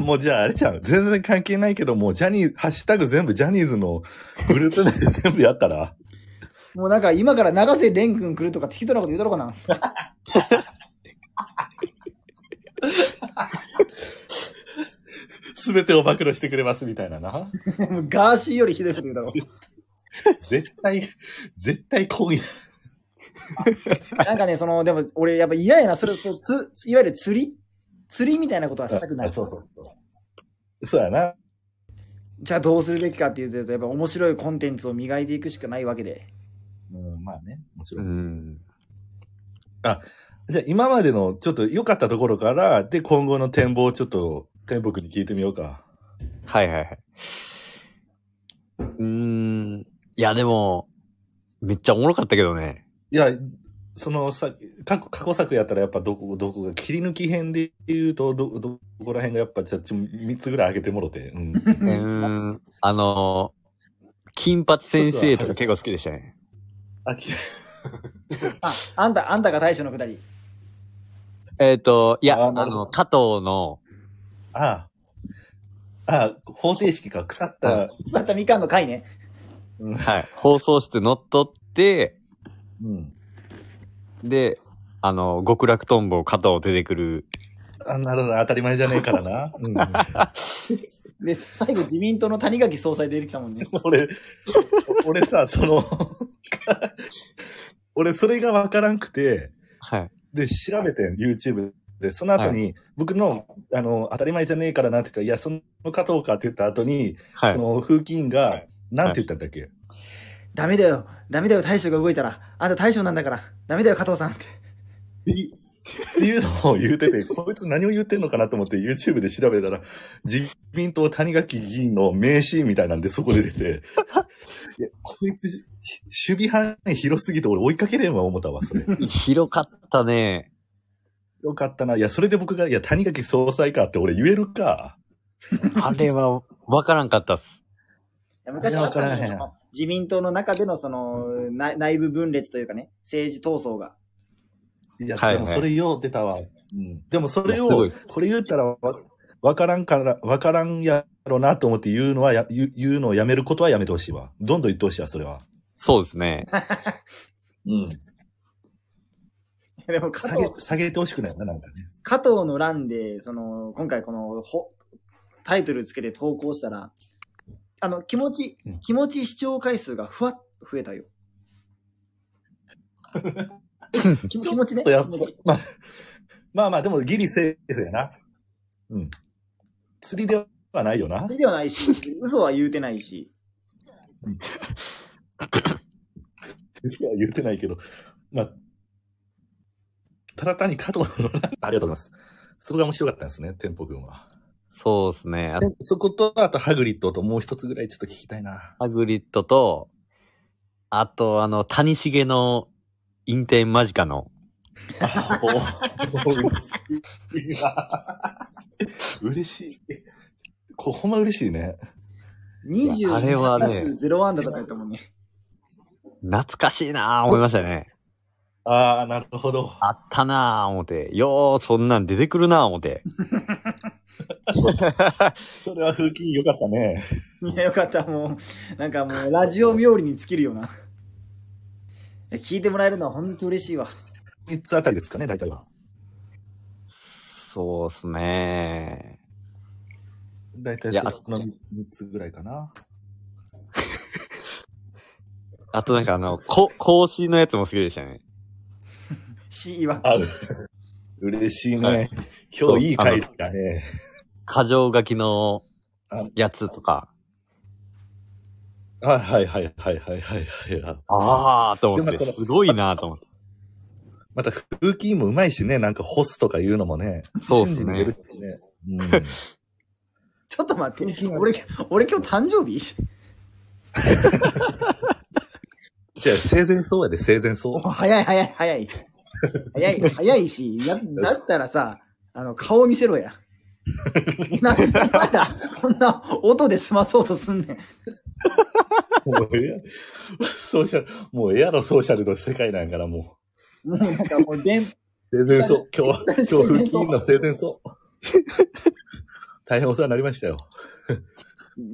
もうじゃああれじゃん。全然関係ないけど、もうジャニー、ハッシュタグ全部ジャニーズのグループで全部やったらもうなんか今から永瀬廉君来るとか適当なこと言うたろかな。全てを暴露してくれますみたいなな。 もうガーシーよりひどいこと言うたろ。 絶対、絶対今夜。なんかね、その、でも俺やっぱ嫌やな、それとつ、いわゆる釣り釣りみたいなことはしたくない。そうそうそう。そうやな。じゃあどうするべきかっていうと、やっぱ面白いコンテンツを磨いていくしかないわ けで。うん、まあね。もちろ。うんん。じゃあ今までのちょっと良かったところから、で、今後の展望をちょっと、天僕に聞いてみようか。はいはいはい。うーん。いや、でも、めっちゃおもろかったけどね。いや、そのさ、過去過去作やったらやっぱどこ、どこが、切り抜き編で言うと、ど、どどこら辺がやっぱ、ちょっと3つぐらい上げてもろて。 うん。うーん。あの、金八先生とか結構好きでしたね。あ、きあ、あんた、あんたが大将のくだり。えっ、と、いや、あーあなるほどの、加藤の、ああ。ああ、方程式か、腐った。またみかんの回ね。はい、放送室乗っ取って、うん。で、あの、極楽トンボ加藤出てくる。あ、なるほど、当たり前じゃねえから な。うん。で、最後自民党の谷垣総裁出てきたもんね。俺、俺さ、その、 俺、それがわからんくて、はい。で、調べてん、YouTube で。その後に、僕の、あの、当たり前じゃねえからなって言ったら、いや、その加藤かって言った後に、はそい。の、風紀委員が、なんて言ったんだっけ、ダメだよ。ダメだよ、大将が動いたら。あんた大将なんだから。ダメだよ、加藤さんって。っていうのを言うてて、こいつ何を言ってんのかなと思って YouTube で調べたら、自民党谷垣議員の名シーンみたいなんでそこで出 て、いや、こいつ、ひ守備範囲広すぎて俺追いかけれんわ思ったわ、それ。広かったね。よかったな。いや、それで僕が、いや、谷垣総裁かって俺言えるか。あれは、わからんかったっす。昔はあったんだいやわからよへんその自民党の中でのそのな内部分裂というかね、政治闘争が。 いや、はいでもそれよう出たわ。うん。でもそれいやすごいをっす、これ言ったらわ、わからんから、わからんやろなと思って言うのはや、言う言うのをやめることはやめてほしいわ。どんどん言ってほしいわ、それは。そうですね。うん。でも下加藤げ、下げてほしくないな、なんかね。加藤の乱で、その今回このほタイトルつけて投稿したら、あの気持ちうん、気持ち視聴回数がふわっと増え たよ。気気持ちね。ちょっとやっ 気持ちまあ、まあまあ、でもギリセーフやな。うん。釣りではないよなそ。れではないし、嘘は言うてないし。嘘は言うてないけど。まあ、ただ単に加藤の乱ありがとうございます。そこが面白かったんですね、テンポ君は。そうですね。あでそこと、あとハグリッドともう一つぐらいちょっと聞きたいな。ハグリッドと、あと、あの、谷繁の引転間近の。あお嬉しい。嬉しい。こほんま嬉しいね。いやあれはね22数0アンダーとかやったもんね。懐かしいなぁ、思いましたね。ああ、なるほど。あったなぁ、思って。よー、そんなん出てくるなぁ、思って。それは風紀良かったね。いや、よかった。もう、なんかもう、ラジオ冥利に尽きるよな。いや聞いてもらえるのは本当嬉しいわ。三つあたりですかね、大体は。そうですね。大体いやそこの三つぐらいかな。あとなんかあの、こ、更新のやつも好きでしたね。しいわ。ある。 嬉しいね。は今日いい回だね。過剰書きのやつとか。あはいはいはいはいはいはいはい。ああーと思っでもこて、れすごいなと思って。また風紀もうまいしね、なんか干すとかいうのもね。そうっ瞬すね時に出るしね うん、ちょっと待って。俺、俺今日誕生日じゃあ生前そうやで、生前そう。早い早い早い。早い、早いし、やだったらさ、あの、顔見せろや。な、まだ、こんな音で済まそうとすんねん。 もうええソーシャル、もうエアロソーシャルの世界なんからももうなんかもう電、う。生前そう。今日は、今日 生前風葬紀の生前そう。大変お世話になりましたよ。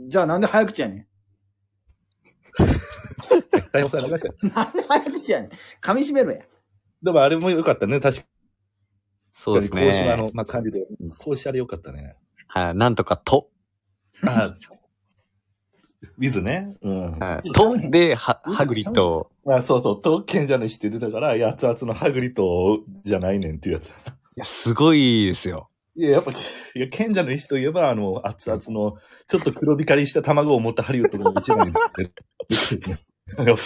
じゃあなんで早口やね大変お世話になりましたよ。ん。なんで早口やねん。噛み締めろや。でもあれも良かったね。確かそうでに、す孔子のあね。の、まあ、感じで。うん孔子あれ良かったね。はい。なんとか、と。あウィズね。うん。はい。と、で、は、ハグリッド。あそうそう、と、賢者の石って出たから、いや、熱々のハグリとじゃないねんっていうやつ。いや、すごいですよ。いや、やっぱ、いや、賢者の石といえば、あの、熱々の、ちょっと黒光りした卵を持ったハリウッドが一番に出てるやっぱ、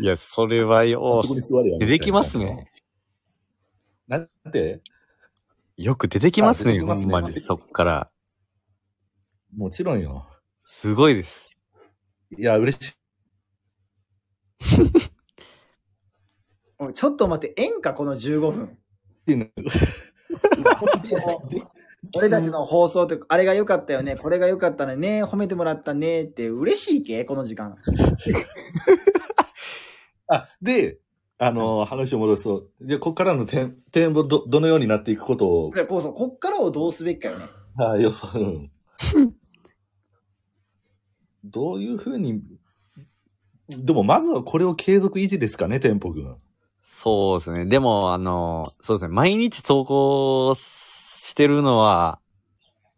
いや、それはよそこに座れや。出てきますね。なんて、う、よく出てきますあね、出てきほますんねまに。そっから。もちろんよ。すごいです。いや、嬉しい。おいちょっと待って、演歌この15分。俺たちの放送って、あれが良かったよね、これが良かったね、ね褒めてもらったねって嬉しいけこの時間。あ、で、あの、話を戻すと、じゃあここからの展展望ど、どのようになっていくことをそ、れこうそう、こっからをどうすべきかよね。あ予想、 うん。どういうふうに、でもまずはこれを継続維持ですかね、店舗君。そうですね。でも、あの、そうですね。毎日投稿してるのは、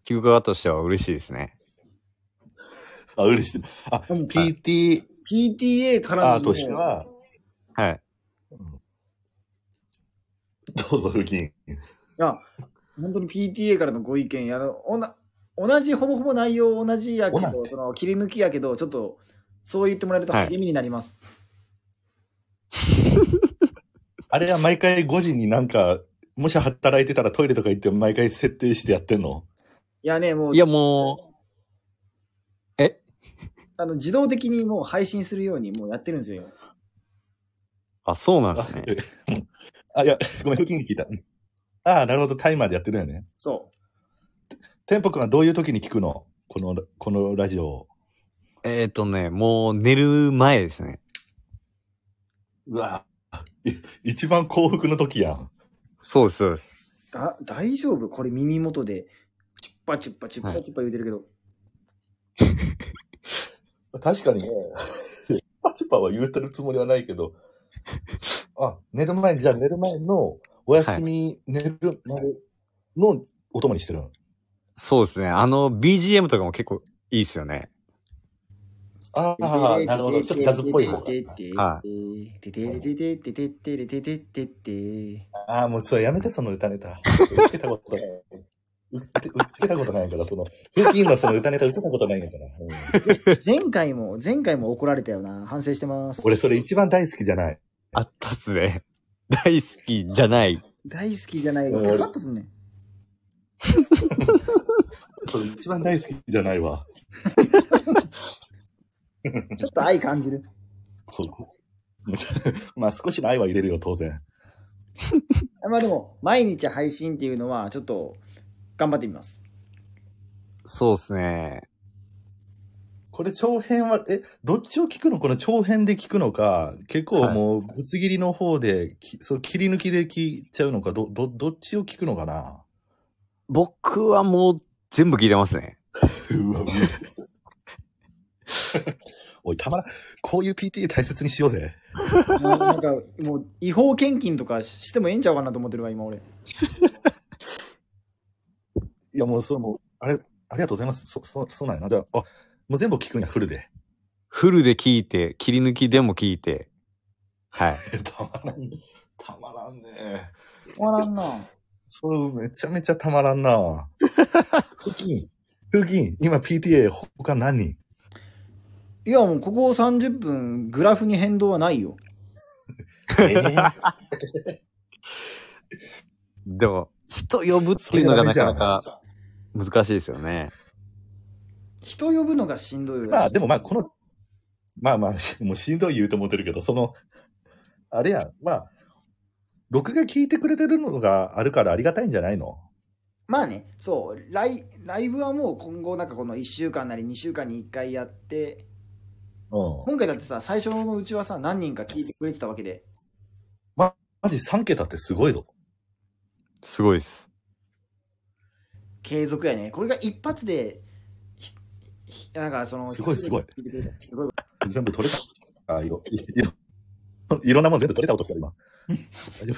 聞く側としては嬉しいですね。あ、嬉しい。あ、うん PT PTA からアーとしては、はい。どうぞ、付近。いや、本当に PTA からのご意見や、おな同じ、ほぼほぼ内容同じやけおなんど、その切り抜きやけど、ちょっと、そう言ってもらえるとはい励みになります。あれは毎回5時になんか、もし働いてたらトイレとか行って毎回設定してやってんのい、やね、もう、いや、もう、えあの自動的にもう配信するようにもうやってるんですよ。あ、そうなんであすね。 あ、いや、ごめん、付近に聞いた。ああ、なるほど、タイマーでやってるよね。そ店舗君はどういう時に聞くのこの、このラジオを。えっ、ー、とね、もう寝る前ですね。うわ一番幸福の時やん。そうです、そうです。う。だ大丈夫これ耳元で、チュッパチュッパチュッパチュッパ言うてるけど、確 かにね、パチパは言うてるつもりはないけど、あ、寝る前に、じゃあ寝る前のお休み、寝る前のお供にしてるのそうですね。あの、BGM とかも結構いいですよね。ああ、なるほど。ちょっとジャズっぽい方が。はああ、もうそれやめて、その歌ネタ。受けたことない。受け受けたことないから、その、付近のその歌ネタ受けたことないんやから。うん前回も、前回も怒られたよな。反省してます。俺、それ一番大好きじゃない。あったっすね。大好きじゃない。大好きじゃない。うんカサッとすんねん。それ一番大好きじゃないわ。ちょっと愛感じる。まあ、少しの愛は入れるよ、当然。まあでも、毎日配信っていうのは、ちょっと、頑張ってみます。そうですね。これ長編は、え、どっちを聞くのこの長編で聞くのか、結構もうぶつ切りの方で、きそう切り抜きで聞いちゃうのか、ど、ど、どっちを聞くのかな僕はもう全部聞いてますね。うわ、おい、たまらん、こういう PTA 大切にしようぜ。なんか、もう、違法献金とかしてもええんちゃうかなと思ってるわ、今俺。いや、もう、それもう、あれ、ありがとうございます。そ、そ、そうなんやな。じゃあ、あ、もう全部聞くんや、フルで。フルで聞いて、切り抜きでも聞いて。はい。たまらん、たまらんね。わらんな。そう、めちゃめちゃたまらん な。ふきん、ふきん、今 PTA 他何人いや、もう、ここ30分、グラフに変動はないよ。でも、人呼ぶっていうのがなかなか難しいですよね。人呼ぶのがしんどい よ。まあでもまあこの、まあまあ、しもうしんどい言うと思ってるけど、その、あれや、まあ、録画聞いてくれてるのがあるからありがたいんじゃないのまあね、そう、ライライブはもう今後、なんかこの1週間なり2週間に1回やって、うん。今回だってさ、最初のうちはさ、何人か聞いてくれてたわけで、マジ3桁ってすごいぞ。すごいです。継続やね。これが一発で、ひひなんかその、すごいすごい。すごい。全部取れた。あ、いろ、いいろ、いろんなもん全部取れた音した、今。大丈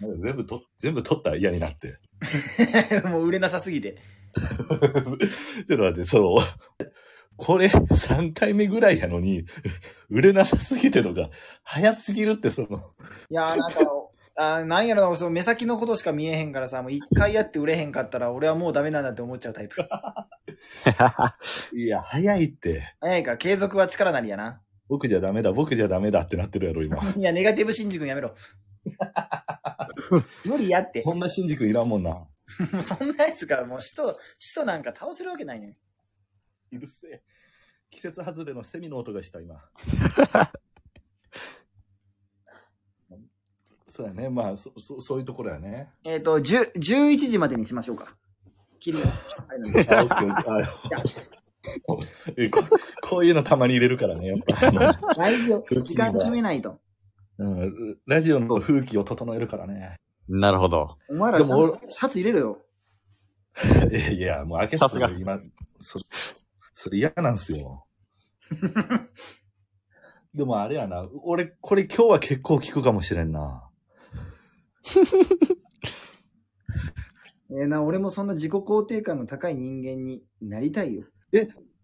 夫 全部と、全部取ったら嫌になって。 もう売れなさすぎて。 ちょっと待って、そう。これ3回目ぐらいやのに、売れなさすぎてとか、早すぎるってその、いやーなんか、 あーなんやろな、その目先のことしか見えへんからさ、もう一回やって売れへんかったら、俺はもうダメなんだって思っちゃうタ イプ。いや、早いって。早いから、継続は力なりやな。僕じゃダメだ、僕じゃダメだってなってるやろ、今。いや、ネガティブ新宿や めろ。無理やって。そんな新宿いらんもんな。もうそんなやつが、もう使徒、使徒なんか倒せるわけないねん。うるせえ。季節外れのセミの音がした、今。 そうやね。まあ、そ、そ、そういうところや ね。えっ、と、10 11時までにしましょうか。切りますあ、オッケーオッケーあ えここういうのたまに入れるからね、やっぱ。あの 大丈夫。 時間決めないと。うん、ラジオの風紀を整えるからね。 なるほど。お前らでちゃんもとシャツ入れろよ。いやいや、もう開けさすが今、そそれ嫌なんす よ。でもあれやな、俺、これ今日は結構聞くかもしれんな。えーな、俺もそんな自己肯定感の高い人間になりた いよ。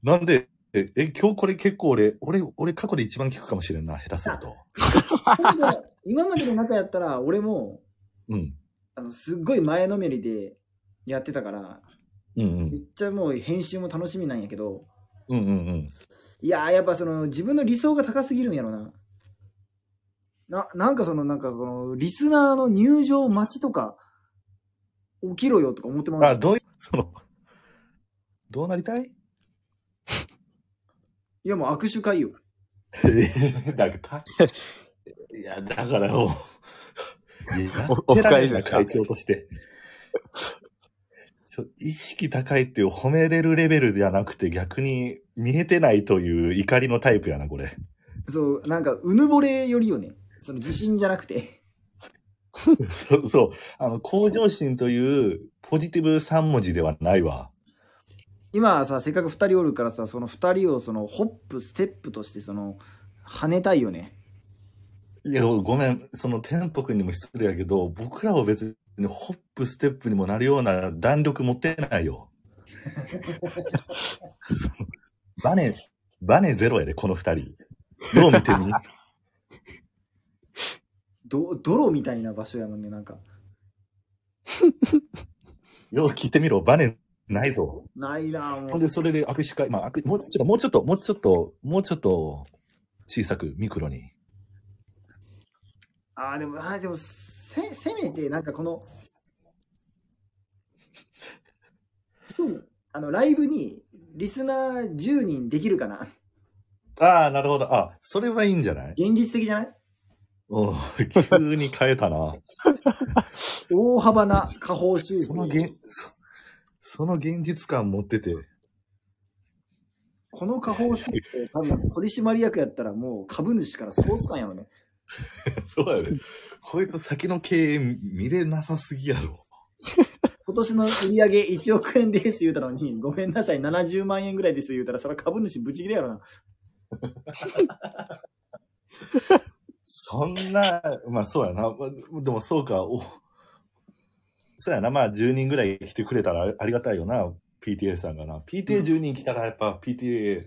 なんで、え、え今日これ結構俺、俺、俺過去で一番聞くかもしれんな、下手すると。だけど今までの中やったら、俺も、うん。あのすっごい前のめりでやってたから、うんうめんっ。ちゃもう編集も楽しみなんやけど、うんうんうん。いやー、やっぱその自分の理想が高すぎるんやろな。な、なんかその、なんかその、リスナーの入場待ちとか、起きろよとか思ってます。あ、どういう、その、どうなりたい いや、もう握手会よ。だから、いや、だからもう、いやオやってフ会でられんなすか会長として。 ちょ意識高いっていう褒めれるレベルじゃなくて逆に見えてないという怒りのタイプやな、これ。 そう、なんか、うぬぼれよりよね。その、自信じゃなくて。そう、そう。あの、向上心というポジティブ3文字ではないわ。今さ、せっかく2人おるからさ、その2人を、その、ホップ、ステップとして、その、跳ねたいよね。いや、ごめん。その、天北君にも失礼やけど、僕らは別にホップ、ステップにもなるような弾力持ってない よ。バネ、バネゼロやで、この二人。どう見てみど、泥みたいな場所やもんね、なんか。よう聞いてみろ、バネないぞ。ないなぁ、もほ。うんで、それで握手会、まあ、握もうちょっと、もうちょっと、もうちょっと、もうちょっと、小さく、ミクロに。ああ、でも、あーでもせ、せめて、なんかこの、あの、ライブに、リスナー10人できるかなああ、なるほど。あ、それはいいんじゃない現実的じゃないうん、 急に変えたな。大幅な下方修その正。現、そその現実感持ってて、この下方修正、多分、取締役やったらもう株主からソース感やろね。 そうやね。 こいつ先の経営見れなさすぎやろ。今年の売り上げ1億円です言うたのに、ごめんなさい、70万円ぐらいです言うたら、それは株主ぶち切れやろな。そんな、まあそうやな。まあでもそうか、おそうやな。まあ10人ぐらい来てくれたらありがたいよな。PTA さんがな。PTA10 人来たらやっぱ PTA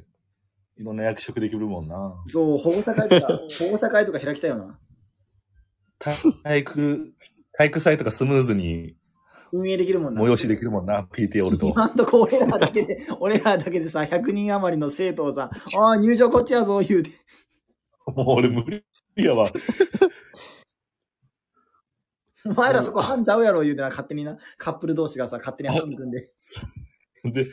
いろんな役職できるもんな。そう、保護者会とか、 保護者会とか開きたいよな。体育、体育祭とかスムーズに運営できるもんな。催しできるもんな。PTA おると。今んとこ俺らだけ で、俺らだけでさ、100人余りの生徒をさ、ああ、入場こっちやぞ、言うて。もう俺無理やわ。お前らそこ班ちゃうやろ、言うてな、勝手にな。カップル同士がさ、勝手に班組んで。で、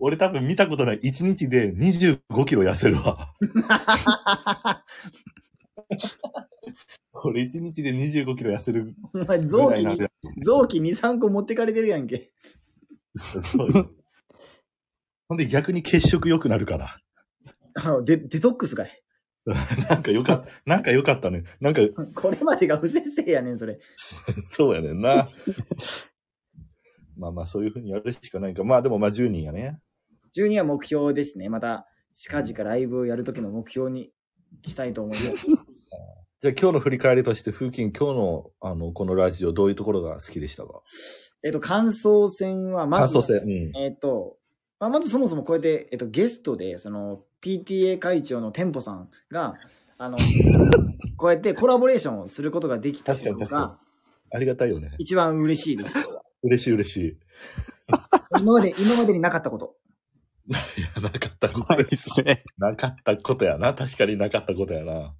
俺多分見たことない。1日で25キロ痩せるわ。俺1日で25キロ痩せるお前、ぐ臓ら器いなんに、で。臓器2、3個持ってかれてるやんけ。 そうよほんで逆に血色良くなるから。 あのデデトックスかい。なんかよか った、なんかよかったね。なんか、これまでが不摂生やねん、それ。そうやねんな。 まあまあ、そういうふうにやるしかないか。まあでも、まあ10人やね。 12は目標ですね。また、近々ライブをやるときの目標にしたいと思います。じゃあ今日の振り返りとして、風景今日の、あの、このラジオ、どういうところが好きでしたかえっと、感想戦は、ま感ず、想戦。うん。えっと、まあ、まずそもそもこうやって、えっと、ゲストで、その、PTA 会長の店舗さんが、あの、こうやってコラボレーションをすることができたこ確かとに確かにが、。ありがたいよね。一番嬉しいです。嬉しい嬉しい。今まで、今までになかったこと。いや、 なかったことないでですね。なかったことやな。確かになかったことやな。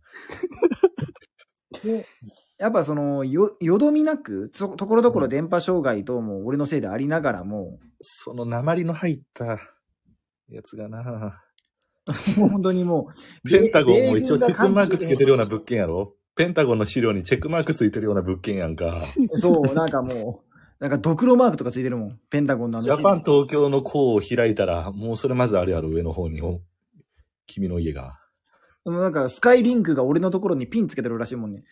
でやっぱそのよよどみなくとところどころ電波障害ともう俺のせいでありながらもその鉛の入ったやつがな。もう本当にもうペンタゴンも一応チェックマークつけてるような物物件やろペンタゴンの資料にチェックマークついてるような物件やん か。件そうなんかもうなんかドクロマークとかついてるもんペンタゴンなんジャパン東京の項を開いたら、もうそれまずあるやろ、上の方に。お君の家が。でもなんかスカイリンクが俺のところにピンつけてるらしいもんね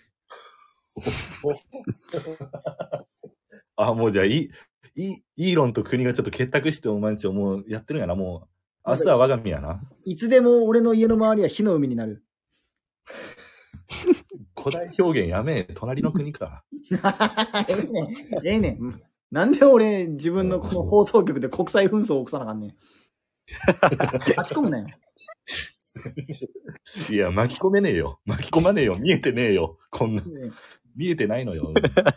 あ、もうじゃあ、い、い、イーロンと国がちょっと結託して、お前んちをもうやってるんやな、もう。明日は我が身やな。いつでも俺の家の周りは火の海になる古代表現やめえ、隣の国か。ええねんええねんなんで俺自分のこの放送局で国際紛争を起こさなあかんねん巻き込むなよ いや、巻き込めねえよ。巻き込まねえよ。見えてねえよ。こんな、見えてないのよ。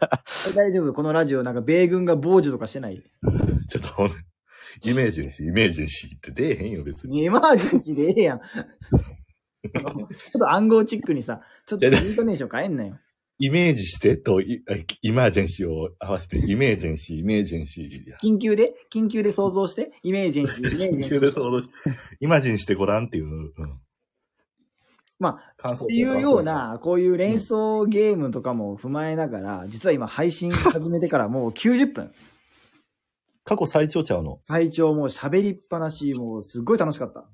大丈夫このラジオなんか米軍が傍受とかしてないちょっと、イメージし、イメージしって出えへんよ、別に。エマージェンシーでええやん。ちょっと暗号チックにさ、ちょっとイントネーション変えんなよ。イメージしてと、イあイマージェンシーを合わせて、イメージェンシー、イメージェンシー。緊急で緊急で想像して、イメージェンシー、イメージェンシ急ー。でそう、イマジンしてごらんっていう。うん、まあ、感想っすてるいうよう。な、こういう連想ゲームとかも踏まえながら、実は今配信始めてからもう90分。過去最長ちゃう の。最長もう喋りっぱなし、もうすっごい楽しかった。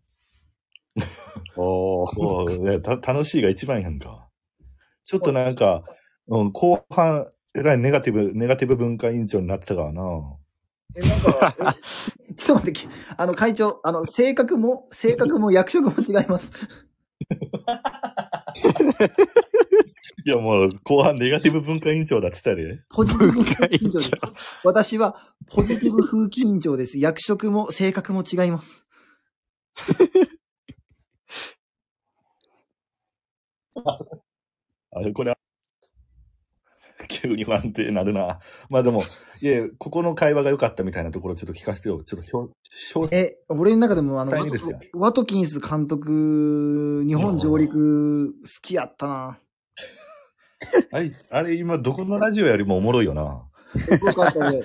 おー。おういやた楽しいが一番やんか。ちょっとなんか、うん、後半、えらいネガティブ、ネガティブ文化委員長になってたからな。え、なんか、え ちょっと待って、あの会長、あの、性格も、性格も役職も違います。いやもう、後半ネガティブ文化委員長だって言ってたで。ポジティブ風紀委員長です。私はポジティブ風紀委員長です。役職も性格も違います。あれ、これ、 急に不安定になるな。まあ でも、いや、ここの会話が良かったみたいなところちょっと聞かせてよ。ちょっと表、表え、俺の中でもあの、最ワ後ですよトワトキンス監督、日本上陸、好きやったな。あれ、あれ今どこのラジオよりもおもろいよな。よかっ たね。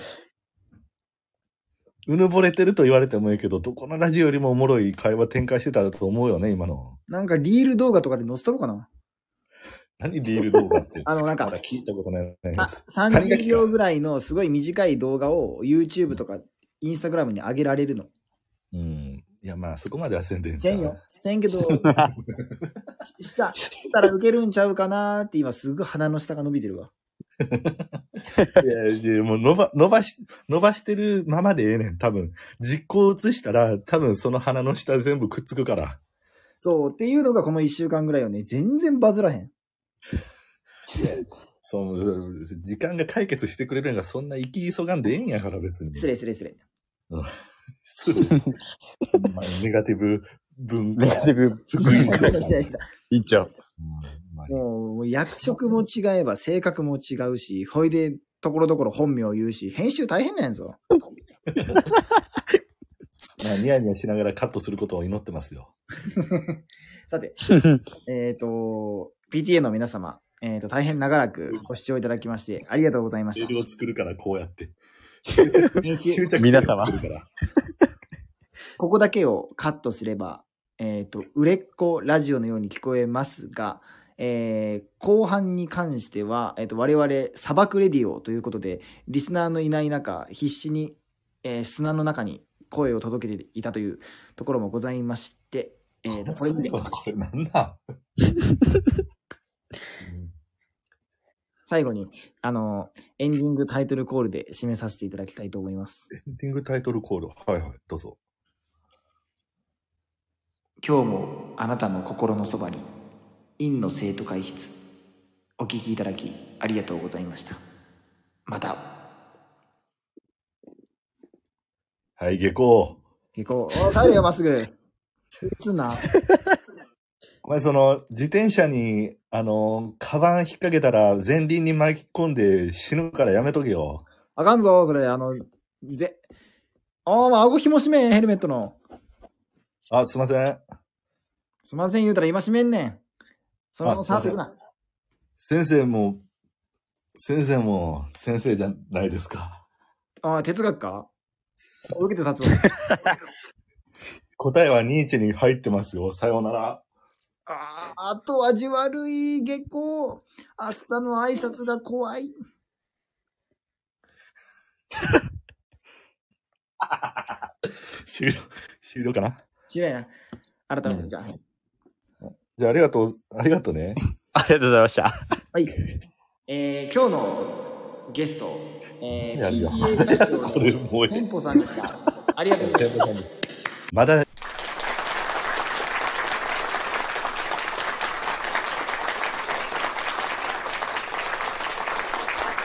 うぬぼれてると言われてもいいけど、どこのラジオよりもおもろい会話展開してたと思うよね、今の。なんかリール動画とかで載せたのかな何ビール動画って。 あの、なまんかだ、聞いたことないやあつ。 30秒ぐらいのすごい短い動画を YouTube とか Instagram に上げられるの。うん。いや、まあそこまではせんでんせゃうんよ。せん けど、しした、したらウケるんちゃうかなーって今すぐ鼻の下が伸びてるわ。いやいや、もう伸ば、伸ばし、伸ばしてるままでええねん、多分。実行を移したら、多分その鼻の下全部くっつくから。そう、っていうのがこの一週間ぐらいよね。全然バズらへん。そのそう時間が解決してくれるんがそんな生き急がんでええんやから別に。失礼失礼失礼。失礼。ほんまにネガティブ文化ネ。ガティブ福井 町うん委 員長。まにもう、 もう役職も違えば、性格も違うし、ほいで、ところどころ本名を言うし、編集大変なんやぞ。まあ、ニヤニヤしながらカットすることを祈ってますよ。さて、えっ、と、PTA の皆様、えっ、と、大変長らくご視聴いただきまして、ありがとうございましメたー。ルを作るからこうやって。編集点を皆様作るからここだけをカットすれば、えっ、と、売れっ子ラジオのように聞こえますが、えー後半に関しては、えっ、と、我々、砂漠レディオということで、リスナーのいない中、必死に、えー砂の中に声を届けていたというところもございまして、えー と、これにてこれなんだ最後に、あの、エンディングタイトルコールで締めさせていただきたいと思います。エンディングタイトルコール。はいはい、どうぞ。今日もあなたの心のそばに陰の生徒会室お聞きいただきありがとうございましたまたはい、下校。結構お帰れよまっすぐ打つなお前、その、自転車に、あの、カバン引っ掛けたら前輪に巻き込んで死ぬからやめとけよ。あかんぞそれあのぜああまあ顎紐締めんヘルメットのあ、すいません。すんません言うたら今締めんねんそのまま触ってくな先生も、先生も、先生じゃないですか。ああ哲学か受けて立つわ答えはニーチェに入ってますよ。さようなら。ああ後味悪い下校明日の挨拶が怖い終了、終了かな。知らんやな改めてじゃあ、じゃあ、ありがとう、ありがとうね。ありがとうございました。はい。えー、今日のゲスト、えやるー、よ PTA スタジオこれもうの店舗さんでした。ありがとうございます。まだ